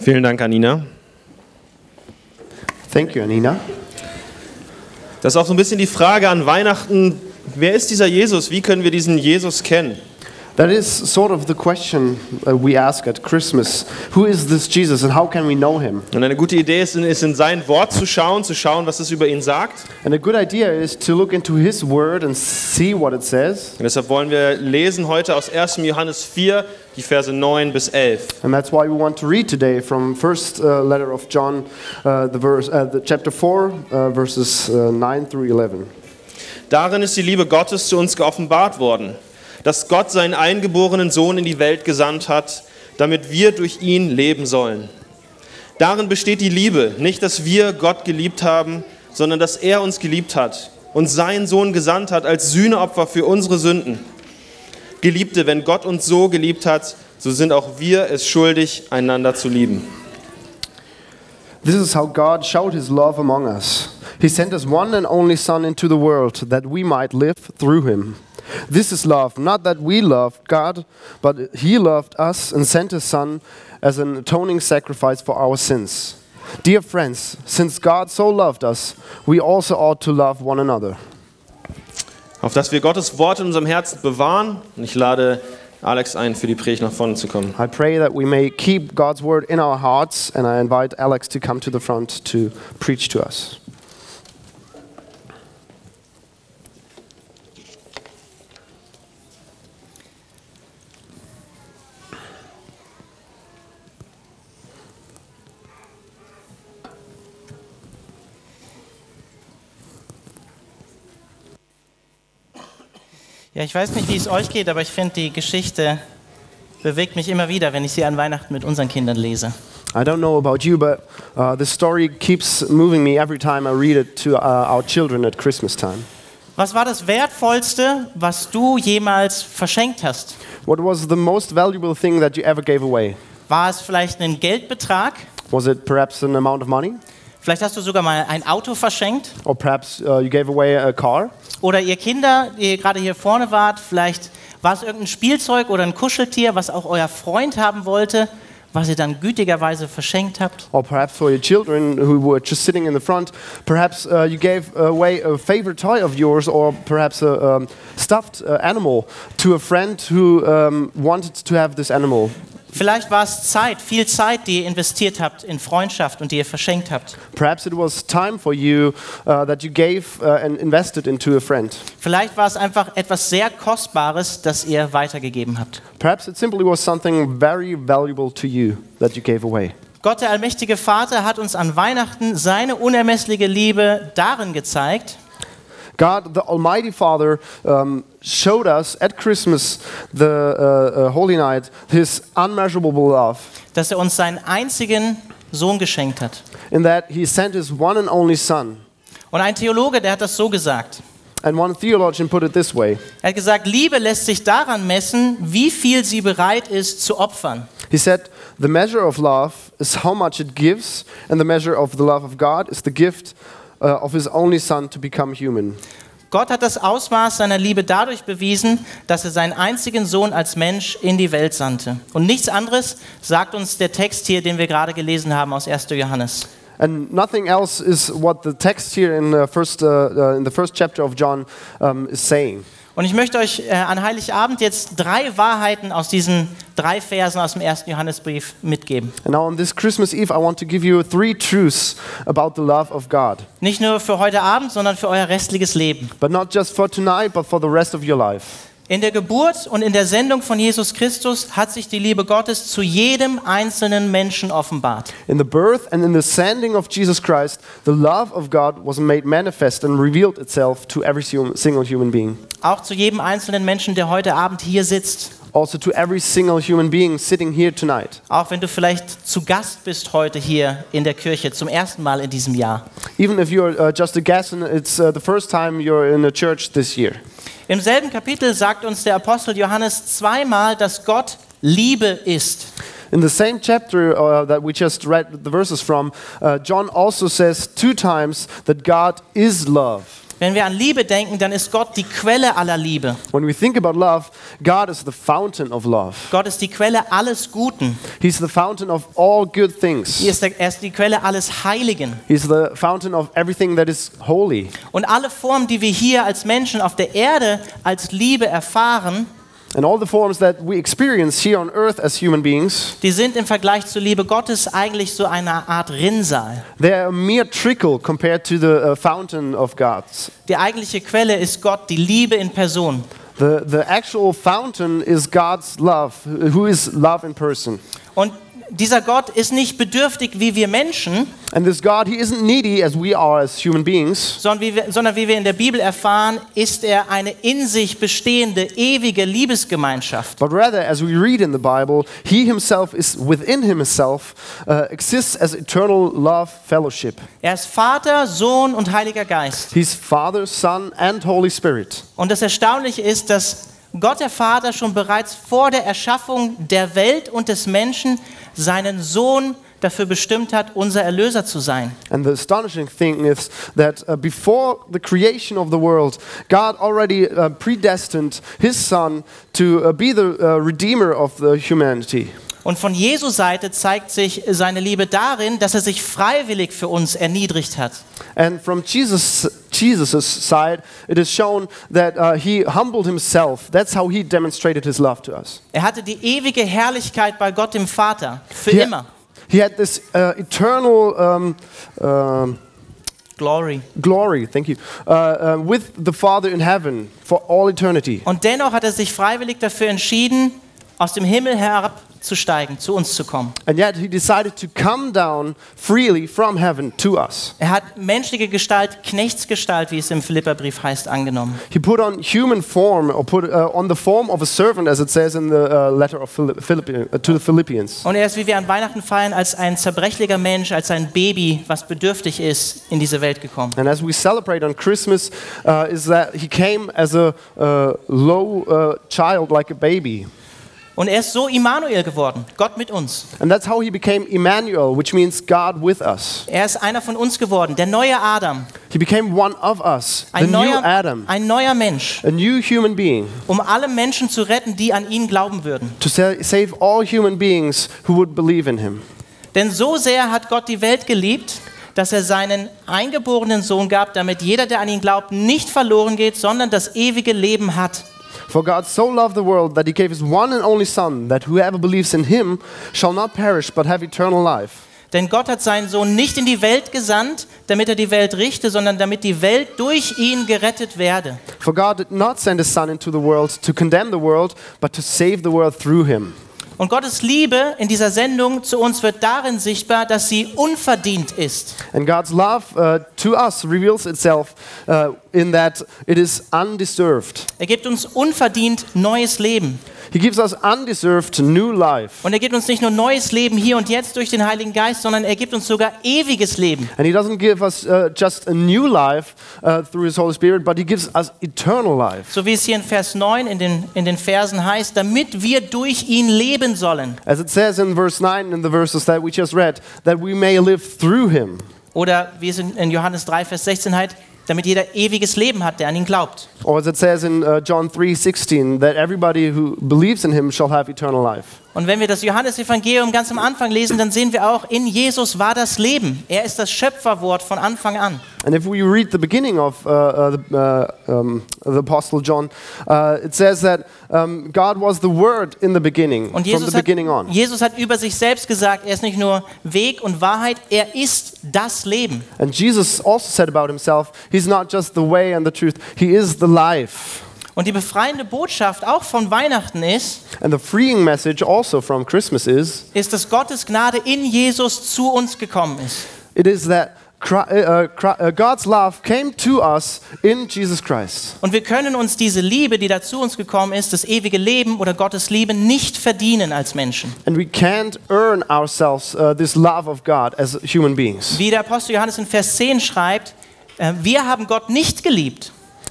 Vielen Dank, Anina. Thank you, Anina. Das ist auch so ein bisschen die Frage an Weihnachten, wer ist dieser Jesus? Wie können wir diesen Jesus kennen? That is sort of the question uh, we ask at Christmas Who is this Jesus and how can we know him? Und eine gute Idee ist, ist in sein Wort zu schauen, zu schauen, was es über ihn sagt. And a good idea is to look into his word and see what it says. Und deshalb wollen wir lesen heute aus 1. Johannes 4, die Verse 9 bis 11. And that's why we want to read today from first uh, letter of John, uh, the verse, uh, the chapter 4, uh, verses uh, 9 through 11. Darin ist die Liebe Gottes zu uns geoffenbart worden, dass Gott seinen eingeborenen Sohn in die Welt gesandt hat, damit wir durch ihn leben sollen. Darin besteht die Liebe, nicht dass wir Gott geliebt haben, sondern dass er uns geliebt hat und seinen Sohn gesandt hat als Sühneopfer für unsere Sünden. Geliebte, wenn Gott uns so geliebt hat, so sind auch wir es schuldig, einander zu lieben. This is how God showed his love among us. He sent his one and only Son into the world that we might live through him. This is love, not that we loved God, but he loved us and sent his Son as an atoning sacrifice for our sins. Dear friends, since God so loved us, we also ought to love one another. Auf dass wir Gottes Wort in unserem Herzen bewahren. Und ich lade Alex ein, für die Predigt nach vorne zu kommen. I pray that we may keep God's word in our hearts, and I invite Alex to come to the front to preach to us. Ja, ich weiß nicht, wie es euch geht, aber ich finde, die Geschichte bewegt mich immer wieder, wenn ich sie an Weihnachten mit unseren Kindern lese. I don't know about you, but uh, the story keeps moving me every time I read it to uh, our children at Christmas time. Was war das Wertvollste, was du jemals verschenkt hast? What was the most valuable thing that you ever gave away? War es vielleicht ein Geldbetrag? Was it perhaps an amount of money? Vielleicht hast du sogar mal ein Auto verschenkt? Or perhaps uh, you gave away a car? Oder ihr Kinder, die ihr gerade hier vorne wart, vielleicht war es irgendein Spielzeug oder ein Kuscheltier, was auch euer Freund haben wollte, was ihr dann gütigerweise verschenkt habt? Or perhaps for your children who were just sitting in the front, perhaps uh, you gave away a favorite toy of yours or perhaps a um, stuffed uh, animal to a friend who um, wanted to have this animal. Vielleicht war es Zeit, viel Zeit, die ihr investiert habt in Freundschaft und die ihr verschenkt habt. Perhaps it was time for you uh, that you gave uh, and invested into a friend. Vielleicht war es einfach etwas sehr Kostbares, das ihr weitergegeben habt. Perhaps it simply was something very valuable to you that you gave away. Gott, der allmächtige Vater, hat uns an Weihnachten seine unermessliche Liebe darin gezeigt, God, the Almighty Father, um, showed us at Christmas, the uh, uh, Holy Night, His unmeasurable love, dass er uns seinen einzigen Sohn geschenkt hat. in that He sent His one and only Son. Und ein Theologe, der hat das so gesagt. And one theologian put it this way Er hat gesagt, Liebe lässt sich daran messen, wie viel sie bereit ist zu opfern. He said, The measure of love is how much it gives, and the measure of the love of God is the gift uh, of His only Son to become human. Gott hat das Ausmaß seiner Liebe dadurch bewiesen, dass er seinen einzigen Sohn als Mensch in die Welt sandte. Und nichts anderes sagt uns der Text hier, den wir gerade gelesen haben aus 1. Johannes. And nothing else is what the text here in, uh, first, uh, uh, in the first chapter of John um, is saying. Und ich möchte euch äh, an Heiligabend jetzt drei Wahrheiten aus diesen drei Versen aus dem ersten Johannesbrief mitgeben. And now on this Christmas Eve, I want to give you three truths about the love of God. Nicht nur für heute Abend, sondern für euer restliches Leben. But not just for tonight, but for the rest of your life. In der Geburt und in der Sendung von Jesus Christus hat sich die Liebe Gottes zu jedem einzelnen Menschen offenbart. In the birth and in the sending of Jesus Christ, the love of God was made manifest and revealed itself to every hum- single human being. Auch zu jedem einzelnen Menschen, der heute Abend hier sitzt. Also to every single human being sitting here tonight. Auch wenn du vielleicht zu Gast bist heute hier in der Kirche, zum ersten Mal in diesem Jahr. Even if you're uh, just a guest and it's uh, the first time you're in a church this year. Im selben Kapitel sagt uns der Apostel Johannes zweimal, dass Gott Liebe ist. In the same chapter uh, that we just read the verses from, uh, John also says two times that God is love. Wenn wir an Liebe denken, dann ist Gott die Quelle aller Liebe. When we think about love, God is the fountain of love. Gott ist die Quelle alles Guten. He's the fountain of all good things. Er ist, der, er ist die Quelle alles Heiligen. He's the fountain of everything that is holy. Und alle Formen, die wir hier als Menschen auf der Erde als Liebe erfahren, And all the forms that we experience here on earth as human beings, die sind im Vergleich zur Liebe Gottes eigentlich so eine Art Rinnsal. they are a mere trickle compared to the uh, fountain of God's. Die eigentliche Quelle ist Gott, die Liebe in Person. The, the actual fountain is God's love, who is love in person. Und dieser Gott ist nicht bedürftig wie wir Menschen, And this God, He isn't needy as we are as human beings, sondern wie wir, sondern wie wir in der Bibel erfahren, ist er eine in sich bestehende, ewige Liebesgemeinschaft. but rather, as we read in the Bible, He Himself is within Himself, uh, exists as eternal love fellowship. Er ist Vater, Sohn und Heiliger Geist. He's Father, Son, and Holy Spirit. Und das Erstaunliche ist, dass Gott der Vater schon bereits vor der Erschaffung der Welt und des Menschen seinen Sohn dafür bestimmt hat, unser Erlöser zu sein. And the astonishing thing is that uh, before the creation of the world, God already uh, predestined His Son to uh, be the uh, Redeemer of the humanity. Und von Jesu Seite zeigt sich seine Liebe darin, dass er sich freiwillig für uns erniedrigt hat. And from Jesus, Jesus' side, it is shown that uh, He humbled Himself. That's how He demonstrated His love to us. Er hatte die ewige Herrlichkeit bei Gott dem Vater für He, immer. he had this uh, eternal um, um, Glory. glory, thank you, uh, uh, with the Father in heaven for all eternity. Und dennoch hat er sich freiwillig dafür entschieden, aus dem Himmel herabzusteigen, zu uns zu kommen. And yet he decided to come down freely from heaven to us. Er hat menschliche Gestalt, Knechtsgestalt, wie es im Philipperbrief heißt, angenommen. He put on human form, or put uh, on the form of a servant, as it says in the uh, letter of Philip Philippi- uh, to the Philippians. Und er ist, wie wir an Weihnachten feiern, als ein zerbrechlicher Mensch, als ein Baby, was bedürftig ist, in diese Welt gekommen. And as we celebrate on Christmas, uh, is that he came as a uh, low uh, child, like a baby. Und er ist so Immanuel geworden, Gott mit uns. And that's how he became Emmanuel, which means God with us. Er ist einer von uns geworden, der neue Adam, He became one of us, the ein, new neuer, Adam, ein neuer Mensch, a new human being, um alle Menschen zu retten, die an ihn glauben würden. to sa- save all human beings who would believe in him. Denn so sehr hat Gott die Welt geliebt, dass er seinen eingeborenen Sohn gab, damit jeder, der an ihn glaubt, nicht verloren geht, sondern das ewige Leben hat. For God so loved the world that he gave his one and only Son, that whoever believes in him shall not perish but have eternal life. Denn Gott hat seinen Sohn nicht in die Welt gesandt, damit er die Welt richte, sondern damit die Welt durch ihn gerettet werde. For God did not send his Son into the world to condemn the world, but to save the world through him. Und Gottes Liebe in dieser Sendung zu uns wird darin sichtbar, dass sie unverdient ist. And God's love uh, to us reveals itself uh, in that it is undeserved. Er gibt uns unverdient neues Leben. He gives us undeserved new life. Und er gibt uns nicht nur neues Leben hier und jetzt durch den Heiligen Geist, sondern er gibt uns sogar ewiges Leben. And he doesn't give us uh, just a new life uh, through his Holy Spirit, but he gives us eternal life. So wie es hier in Vers 9 in den, in den Versen heißt, damit wir durch ihn leben sollen. As it says in verse 9 in the verses that we just read, that we may live through him. Oder wie es in, in Johannes 3, Vers 16 heißt, damit jeder ewiges Leben hat, der an ihn glaubt. Or as it says in uh, John 3:16 that everybody who believes in him shall have eternal life. Und wenn wir das Johannesevangelium ganz am Anfang lesen, dann sehen wir auch, in Jesus war das Leben. Er ist das Schöpferwort von Anfang an. And if we read the beginning of uh, uh, the, uh, um, the Apostle John, uh, it says that um, God was the Word in the beginning, from Und the Jesus hat, beginning on. Jesus hat über sich selbst gesagt, er ist nicht nur Weg und Wahrheit, er ist das Leben. And Jesus also said about himself, He's not just the way and the truth, He is the life. Und die befreiende Botschaft auch von Weihnachten ist, And the freeing message also from Christmas is ist, dass Gottes Gnade in Jesus zu uns gekommen ist. it is that Chri- uh, Chri- uh, God's love came to us in Jesus Christ. Und wir können uns diese Liebe, die da zu uns gekommen ist, das ewige Leben oder Gottes Liebe nicht verdienen als Menschen. And we can't earn ourselves uh, this love of God as human beings. Wie der Apostel Johannes in Vers 10 schreibt, äh, wir haben Gott nicht geliebt.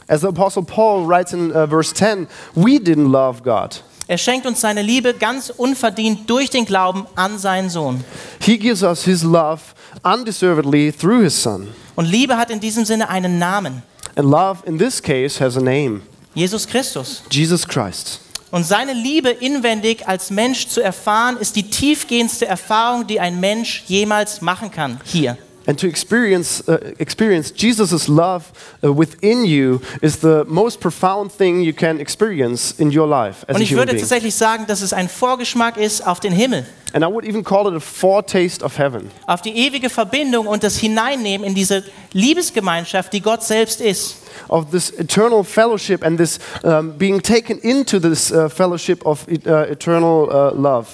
As the Apostle Paul writes in uh, verse 10, we didn't love God. Er schenkt uns seine Liebe ganz unverdient durch den Glauben an seinen Sohn. He gives us his love undeservedly through his Son. Und Liebe hat in diesem Sinne einen Namen. And love in this case has a name Jesus Christus. Jesus Christ. Und seine Liebe inwendig als Mensch zu erfahren, ist die tiefgehendste Erfahrung, die ein Mensch jemals machen kann. Hier. And to experience, uh, experience Jesus' love uh, within you is the most profound thing you can experience in your life as Und a ich human würde being. tatsächlich sagen, dass es ein Vorgeschmack ist auf den Himmel, And I would even call it a foretaste of heaven. auf die ewige Verbindung und das Hineinnehmen in diese Liebesgemeinschaft, die Gott selbst ist. of this eternal fellowship and this um, being taken into this uh, fellowship of e- uh, eternal uh, love.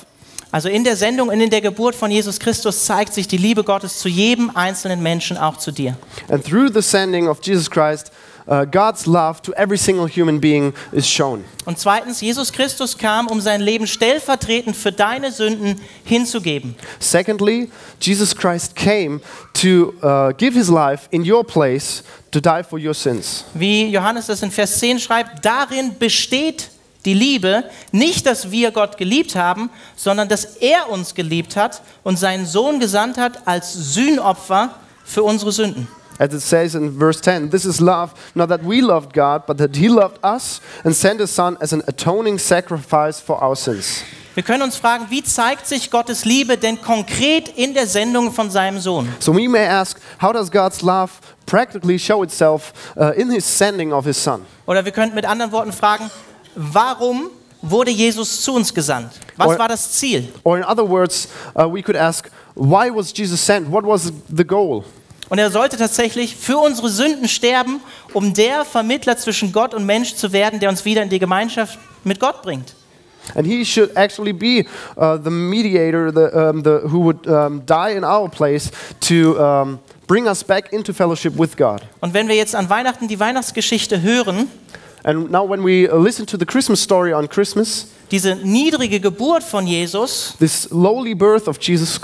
Also in der Sendung und in der Geburt von Jesus Christus zeigt sich die Liebe Gottes zu jedem einzelnen Menschen, auch zu dir. And through the sending of Jesus Christ, uh, God's love to every single human being is shown. Und zweitens, Jesus Christus kam, um sein Leben stellvertretend für deine Sünden hinzugeben. Secondly, Jesus Christ came to uh, give his life in your place to die for your sins. Wie Johannes das in Vers 10 schreibt, darin besteht die Liebe, nicht dass wir Gott geliebt haben, sondern dass er uns geliebt hat und seinen Sohn gesandt hat als Sühnopfer für unsere Sünden. As it says in verse 10, this is love, not that we loved God, but that he loved us and sent his son as an atoning sacrifice for our sins. Wir können uns fragen, wie zeigt sich Gottes Liebe denn konkret in der Sendung von seinem Sohn? So we may ask, how does God's love practically show itself uh, in his sending of his son? Oder wir könnten mit anderen Worten fragen, warum wurde Jesus zu uns gesandt? Was Oder- war das Ziel? Or in other words, uh, we could ask, why was Jesus sent? What was the goal? Und er sollte tatsächlich für unsere Sünden sterben, um der Vermittler zwischen Gott und Mensch zu werden, der uns wieder in die Gemeinschaft mit Gott bringt. And he should actually be uh, the mediator the, um, the, who would um, die in our place to um, bring us back into fellowship with God. Und wenn wir jetzt an Weihnachten die Weihnachtsgeschichte hören, And now, when we uh, listen to the Christmas story on Christmas, diese niedrige Geburt von Jesus, this lowly birth of Jesus,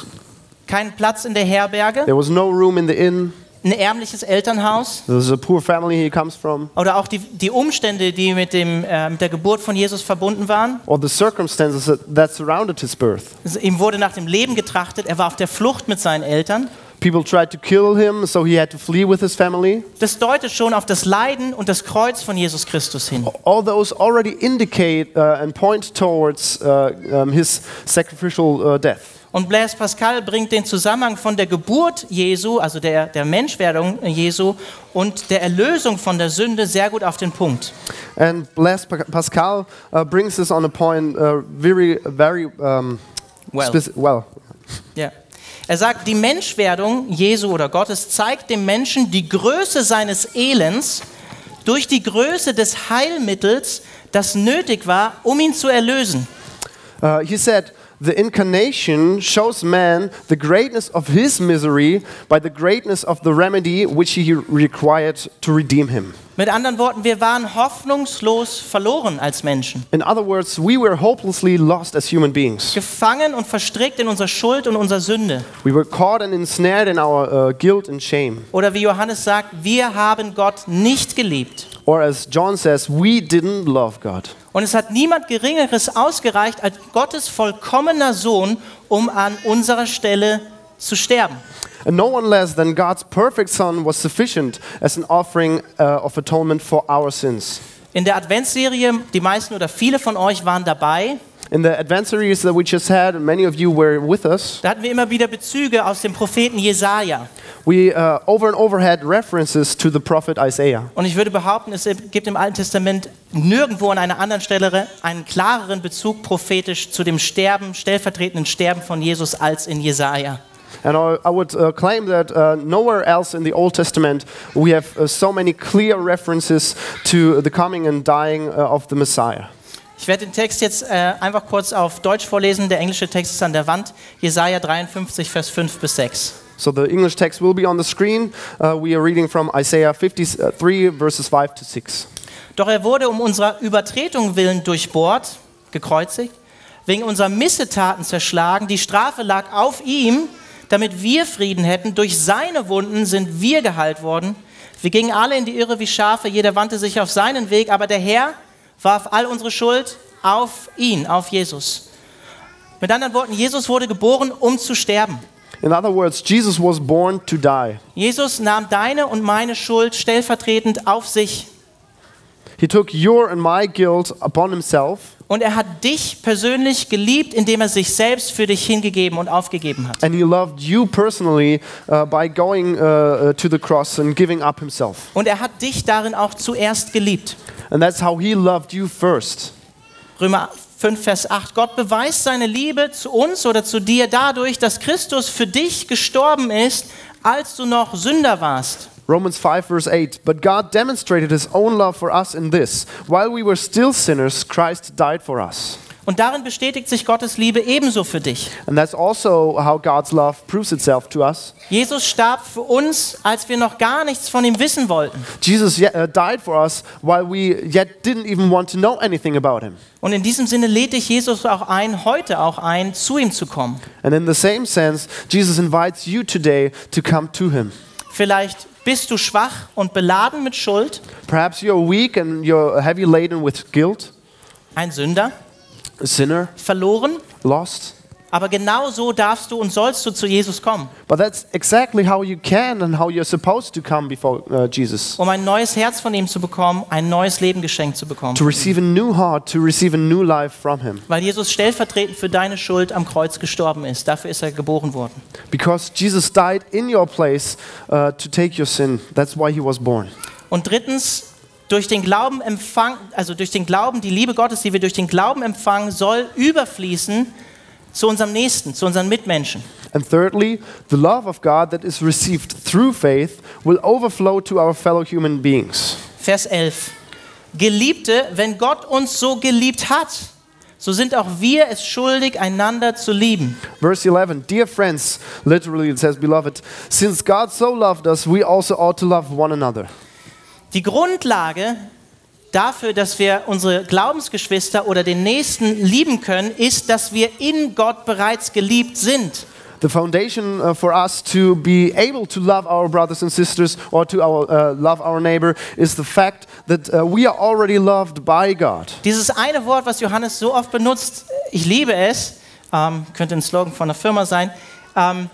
kein Platz in der Herberge, there was no room in the inn, ein ärmliches Elternhaus there was a poor family he comes from, oder auch die, die Umstände, die mit, dem, äh, mit der Geburt von Jesus verbunden waren. or the circumstances that, that surrounded his birth. Ihm wurde nach dem Leben getrachtet, er war auf der Flucht mit seinen Eltern. People tried to kill him, so he had to flee with his family. Das deutet schon auf das Leiden und das Kreuz von Jesus Christus hin. All those already indicate uh, and point towards uh, um, his sacrificial uh, death. Und Blaise Pascal bringt den Zusammenhang von der Geburt Jesu, also der, der Menschwerdung Jesu und der Erlösung von der Sünde sehr gut auf den Punkt. And Blaise Pa- Pascal uh, brings this on a point uh, very, very um, Well. speci- well. Ja. Er sagt, die Menschwerdung Jesu oder Gottes zeigt dem Menschen die Größe seines Elends durch die Größe des Heilmittels, das nötig war, um ihn zu erlösen. Uh, he said, The incarnation shows man the greatness of his misery by the greatness of the remedy which he required to redeem him. Mit anderen Worten, wir waren hoffnungslos verloren als Menschen, In other words, we were hopelessly lost as human beings. gefangen und verstrickt in unserer Schuld und unserer Sünde. We were caught and ensnared in our uh, guilt and shame. Oder wie Johannes sagt, wir haben Gott nicht geliebt. Or as John says, we didn't love God. Und es hat niemand Geringeres ausgereicht als Gottes vollkommener Sohn, um an unserer Stelle zu sterben. And no one less than God's perfect Son was sufficient as an offering uh, of atonement for our sins. In der Adventsserie, die meisten oder viele von euch waren dabei, In the Advent series that we just had, and many of you were with us, da hatten wir immer wieder Bezüge aus dem Propheten Jesaja. we uh, over and over had references to the prophet Isaiah. Und ich würde behaupten, es gibt im Alten Testament nirgendwo an einer anderen Stelle einen klareren Bezug prophetisch zu dem Sterben, stellvertretenden Sterben von Jesus als in Jesaja. And I, I would uh, claim that uh, nowhere else in the Old Testament we have uh, so many clear references to the coming and dying uh, of the Messiah. Ich werde den Text jetzt äh, einfach kurz auf Deutsch vorlesen. Der englische Text ist an der Wand. Jesaja 53, Vers 5 bis 6. So the English text will be on the screen. Uh, we are reading from Isaiah 53, verses 5 to 6. Doch er wurde um unserer Übertretung willen durchbohrt, gekreuzigt, wegen unserer Missetaten zerschlagen. Die Strafe lag auf ihm, damit wir Frieden hätten. Durch seine Wunden sind wir geheilt worden. Wir gingen alle in die Irre wie Schafe, jeder wandte sich auf seinen Weg, aber der Herr warf all unsere Schuld auf ihn, auf Jesus. Mit anderen Worten, Jesus wurde geboren, um zu sterben. In other words, Jesus was born to die. Jesus nahm deine und meine Schuld stellvertretend auf sich He took your and my guilt upon himself, und er hat dich persönlich geliebt, indem er sich selbst für dich hingegeben und aufgegeben hat. and he loved you personally uh, by going uh, uh, to the cross and giving up himself. Und er hat dich darin auch zuerst geliebt. And that's how he loved you first. Römer 5, Vers 8. Gott beweist seine Liebe zu uns oder zu dir dadurch, dass Christus für dich gestorben ist, als du noch Sünder warst. Romans 5, verse 8. But God demonstrated his own love for us in this while we were still sinners, Christ died for us. Und darin bestätigt sich Gottes Liebe ebenso für dich. And that's also how God's love proves itself to us. Jesus starb für uns, als wir noch gar nichts von ihm wissen wollten. Jesus ye- uh, died for us while we yet didn't even want to know anything about him. Und in diesem Sinne lädt dich Jesus auch ein, heute auch ein, zu ihm zu kommen. And in the same sense, Jesus invites you today to come to him. Vielleicht bist du schwach und beladen mit Schuld, Perhaps you're weak and you're heavy laden with guilt, ein Sünder, a sinner, verloren, lost. aber genau so darfst du und sollst du zu Jesus kommen, But that's exactly how you can and how you're supposed to come before uh, Jesus. um ein neues Herz von ihm zu bekommen, ein neues Leben geschenkt zu To bekommen. receive a new heart, to receive a new life from him. Weil Jesus stellvertretend für deine Schuld am Kreuz gestorben ist. Dafür ist er geboren worden. Because Jesus died in your place uh, to take your sin. That's why he was born. Und drittens, durch den Glauben empfangen, also durch den Glauben, die Liebe Gottes, die wir durch den Glauben empfangen, soll überfließen zu unserem Nächsten, zu unseren Mitmenschen. And thirdly, the love of God that is received through faith will overflow to our fellow human beings. Vers 11. Geliebte, wenn Gott uns so geliebt hat, so sind auch wir es schuldig, einander zu lieben. Verse 11 Dear friends, literally it says, Beloved, since God so loved us, we also ought to love one another. Die Grundlage dafür, dass wir unsere Glaubensgeschwister oder den Nächsten lieben können, ist, dass wir in Gott bereits geliebt sind. The foundation uh, for us to be able to love our brothers and sisters or to our, uh, love our neighbor is the fact that uh, we are already loved by God. Dieses eine Wort, was Johannes so oft benutzt, ich liebe es, ähm, könnte ein Slogan von einer Firma sein. Ähm,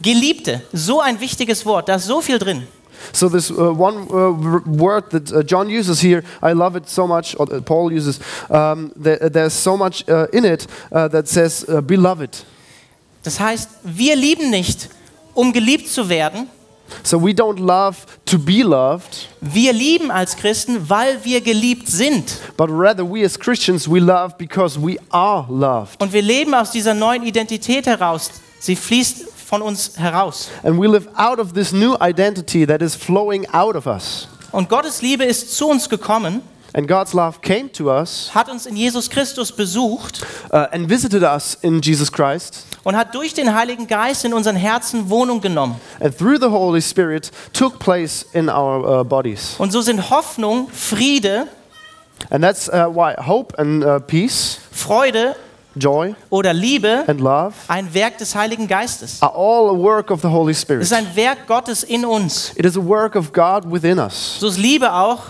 Geliebte, so ein wichtiges Wort, da ist so viel drin. So, this uh, one uh, r- word that uh, John uses here, I love it so much, or that Paul uses, um, th- there's so much uh, in it uh, that says, uh, Beloved. Das heißt, wir lieben nicht, um geliebt zu werden. So, we don't love to be loved. Wir lieben als Christen, weil wir geliebt sind. But rather, we as Christians, we love because we are loved. Und wir leben aus dieser neuen Identität heraus. Sie fließt von uns heraus. And we live out of this new identity that is flowing out of us. Und Gottes Liebe ist zu uns gekommen, And God's love came to us hat uns in Jesus Christus besucht uh, and visited us in Jesus Christ, und hat durch den Heiligen Geist in unseren Herzen Wohnung genommen. and through the Holy Spirit took place in our uh, bodies. Und so sind Hoffnung, Friede, And that's uh, why hope and uh, peace, Freude joy oder Liebe and love ein Werk des Heiligen Geistes. are all a work of the Holy Es Spirit. ist ein Werk Gottes in uns. It is a work of God within us. So ist Liebe auch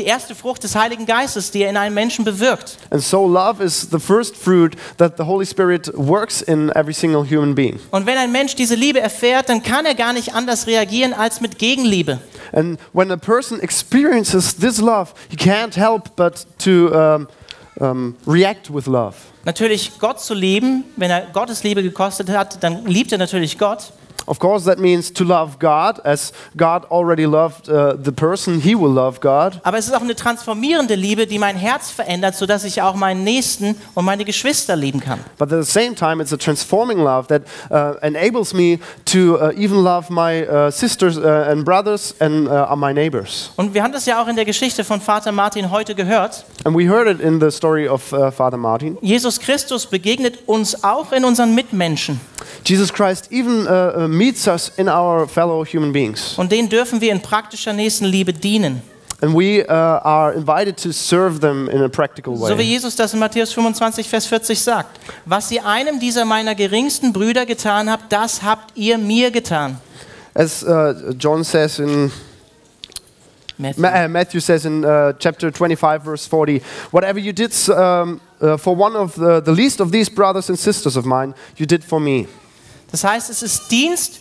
die erste Frucht des Heiligen Geistes, die er in einem Menschen bewirkt. And so, love is the first fruit that the Holy Spirit works in every single human being. Und wenn ein Mensch diese Liebe erfährt, dann kann er gar nicht anders reagieren als mit Gegenliebe. And when a person experiences this love, he can't help but to um, um, react with love. Natürlich Gott zu lieben, wenn er Gottes Liebe gekostet hat, dann liebt er natürlich Gott. Of course, that means to love God, as God already loved uh, the person, he will love God. Aber es ist auch eine transformierende Liebe, die mein Herz verändert, sodass ich auch meinen Nächsten und meine Geschwister lieben kann. But at the same time, it's a transforming love that uh, enables me to uh, even love my uh, sisters uh, and brothers and uh, my neighbors. Und wir haben das ja auch in der Geschichte von Vater Martin heute gehört. And we heard it in the story of uh, Father Martin. Jesus Christus begegnet uns auch in unseren Mitmenschen. Jesus Christ even uh, uh, meets us in our fellow human beings. Und denen dürfen wir in praktischer Nächstenliebe dienen. And we uh, are invited to serve them in a practical way. So wie Jesus das in Matthäus 25, Vers 40 sagt. Was ihr einem dieser meiner geringsten Brüder getan habt, das habt ihr mir getan. As uh, John says in Matthew. Ma- uh, Matthew says in uh, chapter 25 verse 40, whatever you did um, uh, for one of the, the least of these brothers and sisters of mine, you did for me. Das heißt, es ist Dienst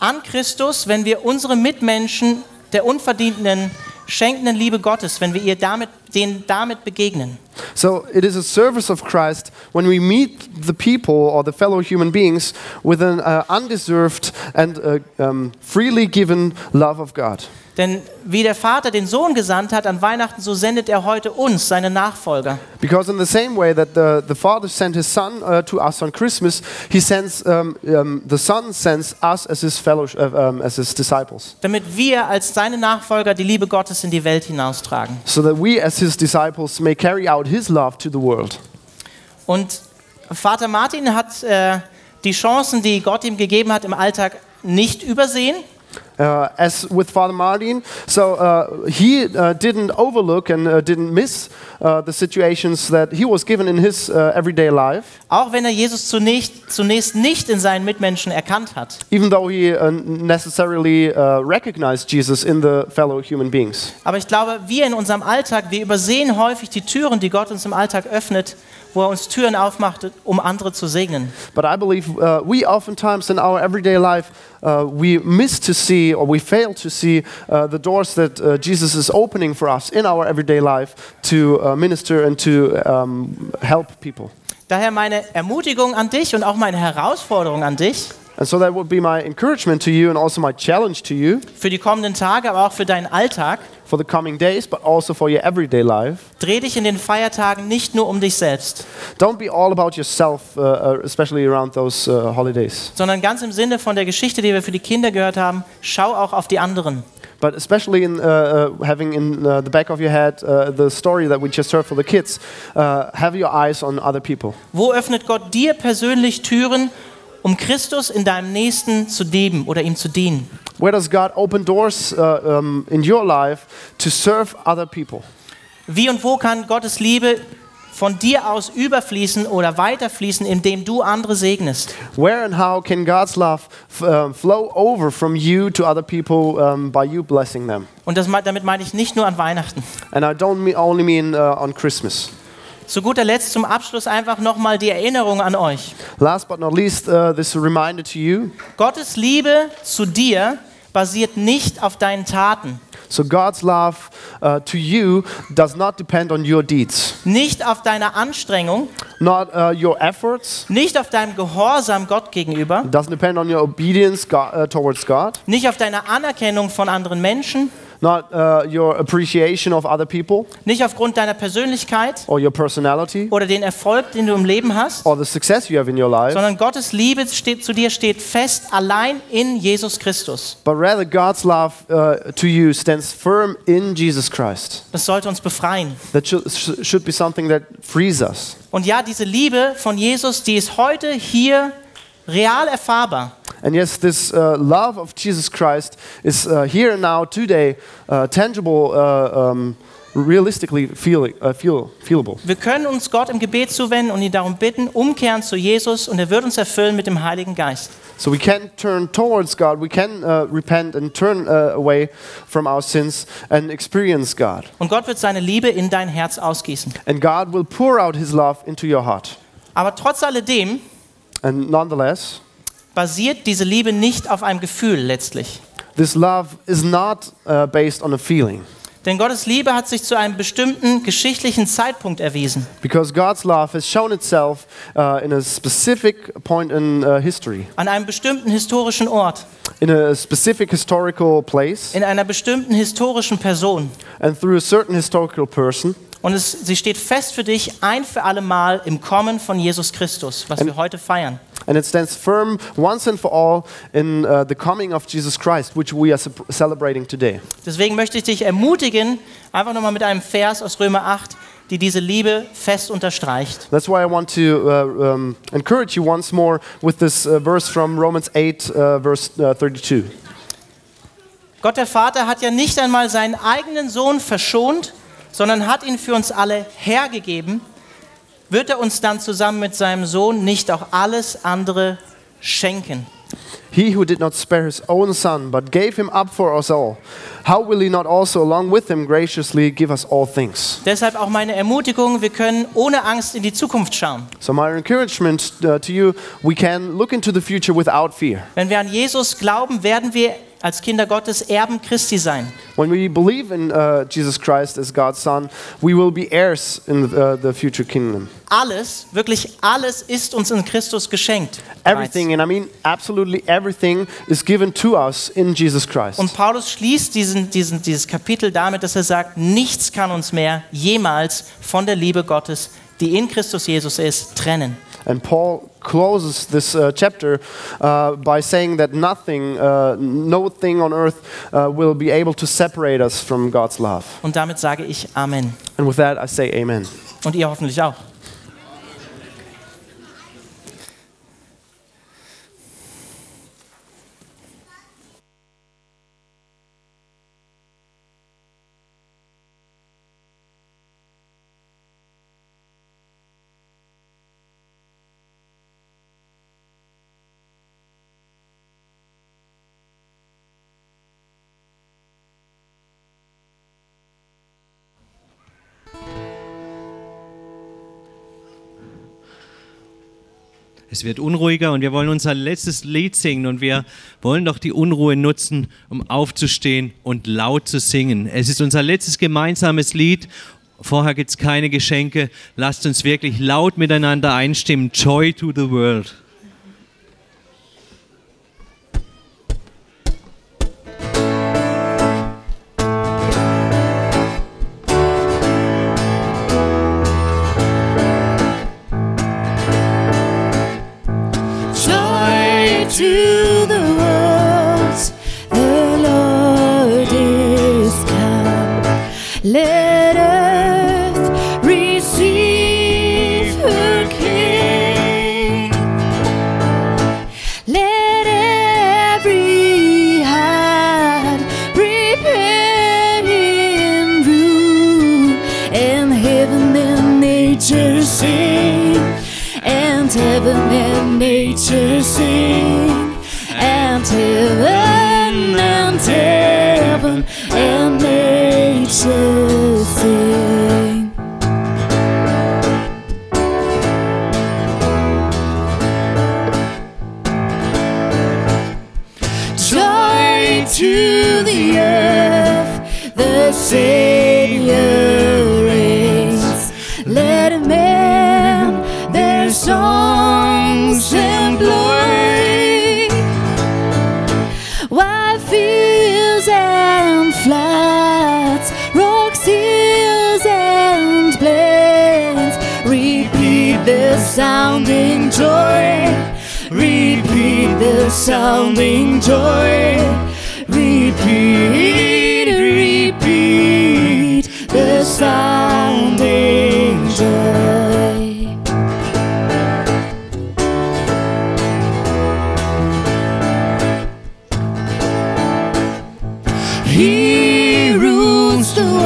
an Christus, wenn wir unsere Mitmenschen der unverdienten, schenkenden Liebe Gottes, wenn wir ihr damit, denen damit begegnen. So it is a service of Christ when we meet the people or the fellow human beings with an uh, undeserved and uh, um, freely given love of God. Denn wie der Vater den Sohn gesandt hat an Weihnachten, so sendet er heute uns, seine Nachfolger. Because in the same way that the, the Father sent His Son uh, to us on Christmas, He sends um, um, the Son sends us as His fellow uh, um, as His disciples, damit wir als seine Nachfolger die Liebe Gottes in die Welt hinaustragen. so that we as His disciples may carry out His love to the world. Und Vater Martin hat äh, die Chancen, die Gott ihm gegeben hat, im Alltag nicht übersehen, Uh, as with Father Martin, so uh, he uh, didn't overlook and uh, didn't miss uh, the situations that he was given in his uh, everyday life, auch wenn er Jesus zunächst, zunächst nicht in seinen Mitmenschen erkannt hat. even though he uh, necessarily uh, recognized Jesus in the fellow human beings. Aber ich glaube, wir in unserem Alltag, wir übersehen häufig die Türen, die Gott uns im Alltag öffnet, wo er uns Türen aufmacht, um andere zu segnen. But I believe uh, we oftentimes in our everyday life uh, we miss to see or we fail to see uh, the doors that uh, Jesus is opening for us in our everyday life to uh, minister and to um, help people. Daher meine Ermutigung an dich und auch meine Herausforderung an dich And so that would be my encouragement to you and also my challenge to you für die kommenden Tage, aber auch für deinen Alltag. for the coming days, but also for your everyday life. Dreh dich in den Feiertagen nicht nur um dich selbst, Don't be all about yourself, uh, uh, especially around those uh, holidays, sondern ganz im Sinne von der Geschichte, die wir für die Kinder gehört haben, schau auch auf die anderen. but especially in uh, uh, having in uh, the back of your head uh, the story that we just heard for the kids. Uh, have your eyes on other people. Wo öffnet Gott dir persönlich Türen, um Christus in deinem Nächsten zu lieben oder ihm zu dienen? Where does God open doors uh, um, in your life to serve other people? Wie und wo kann Gottes Liebe von dir aus überfließen oder weiterfließen, indem du andere segnest? Where and how can God's love f- um, flow over from you to other people um, by you blessing them? Und das, me- damit meine ich nicht nur an Weihnachten. And I don't me- only mean uh, on Christmas. Zu guter Letzt zum Abschluss einfach nochmal die Erinnerung an euch. Last but not least, uh, this reminder to you. Gottes Liebe zu dir basiert nicht auf deinen Taten, So, God's love uh, to you does not depend on your deeds, nicht auf deiner Anstrengung, not uh, your efforts, nicht auf deinem Gehorsam Gott gegenüber, doesn't depend on your obedience go- uh, towards God, nicht auf deiner Anerkennung von anderen Menschen, not uh, your appreciation of other people nicht aufgrund deiner Persönlichkeit or your personality oder den Erfolg, den du im Leben hast, or the success you have in your life. sondern Gottes Liebe steht, zu dir steht fest allein in Jesus Christus. But rather, God's love uh, to you stands firm in Jesus Christ. Das sollte uns befreien. That should, sh- should be something that frees us. Und ja, diese Liebe von Jesus, die ist heute hier real erfahrbar. And yes, this uh, love of Jesus Christ is uh, here and now, today, uh, tangible, uh, um, realistically feeling, uh, feel, feelable. Wir können uns Gott im Gebet zuwenden und ihn darum bitten, umkehren zu Jesus und er wird uns erfüllen mit dem Heiligen Geist. So we can turn towards God, we can uh, repent and turn uh, away from our sins and experience God. Und Gott wird seine Liebe in dein Herz ausgießen. And God will pour out His love into your heart. Aber trotz alledem And nonetheless, basiert diese Liebe nicht auf einem Gefühl letztlich. this love is not uh, based on a feeling. Denn Gottes Liebe hat sich zu einem bestimmten geschichtlichen Zeitpunkt erwiesen. Because God's love has shown itself uh, in a specific point in uh, history, An einem bestimmten historischen Ort, in a specific historical place, in einer bestimmten historischen Person. and through a certain historical person. Und es, sie steht fest für dich ein für alle Mal im Kommen von Jesus Christus, was wir heute feiern. And it stands firm once and for all in uh, the coming of Jesus Christ, which we are sup- celebrating today. Deswegen möchte ich dich ermutigen, einfach nochmal mit einem Vers aus Römer 8, die diese Liebe fest unterstreicht. That's why I want to uh, um, encourage you once more with this uh, verse from Romans 8, uh, verse uh, 32. Gott der Vater hat ja nicht einmal seinen eigenen Sohn verschont, sondern hat ihn für uns alle hergegeben. Wird er uns dann zusammen mit seinem Sohn nicht auch alles andere schenken? He who did not spare his own son, but gave him up for us all, how will he not also, along with him, graciously give us all things? Deshalb auch meine Ermutigung, wir können ohne Angst in die Zukunft schauen. So, my encouragement uh, to you we can look into the future without fear. Wenn wir an Jesus glauben, werden wir als Kinder Gottes Erben Christi sein. When we believe in uh, Jesus Christ as God's Son, we will be heirs in uh, the future kingdom. Alles, wirklich alles ist uns in Christus geschenkt. Everything, and I mean absolutely everything, is given to us in Jesus Christ. Und Paulus schließt diesen, diesen, dieses Kapitel damit, dass er sagt, nichts kann uns mehr jemals von der Liebe Gottes, die in Christus Jesus ist, trennen. And Paul closes this uh, chapter uh, by saying that nothing, uh, no thing on earth uh, will be able to separate us from God's love. Und damit sage ich Amen. And with that, I say Amen. Und ihr hoffentlich auch. Es wird unruhiger und wir wollen unser letztes Lied singen und wir wollen doch die Unruhe nutzen, um aufzustehen und laut zu singen. Es ist unser letztes gemeinsames Lied. Vorher gibt es keine Geschenke. Lasst uns wirklich laut miteinander einstimmen. Joy to the world. joy to the world. The Lord is come. Let earth receive her King. Let every heart prepare Him room, and heaven and nature sing, and heaven and nature sing, and heaven and heaven and nature sing. joy to the earth. The Savior reigns. Let men their songs employ. While fields and floods, rocks, hills and plains repeat the sounding joy. Repeat the sounding joy. Repeat, repeat the sounding joy. He rules the world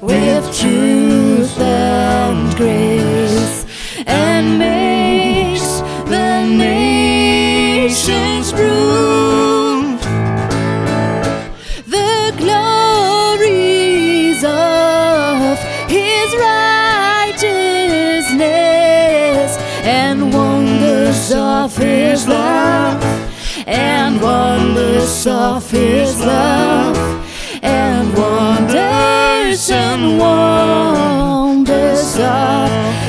with truth and grace and makes the nations prove the glories of his righteousness and wonders of his love and wonders of his love and wonders and wonders of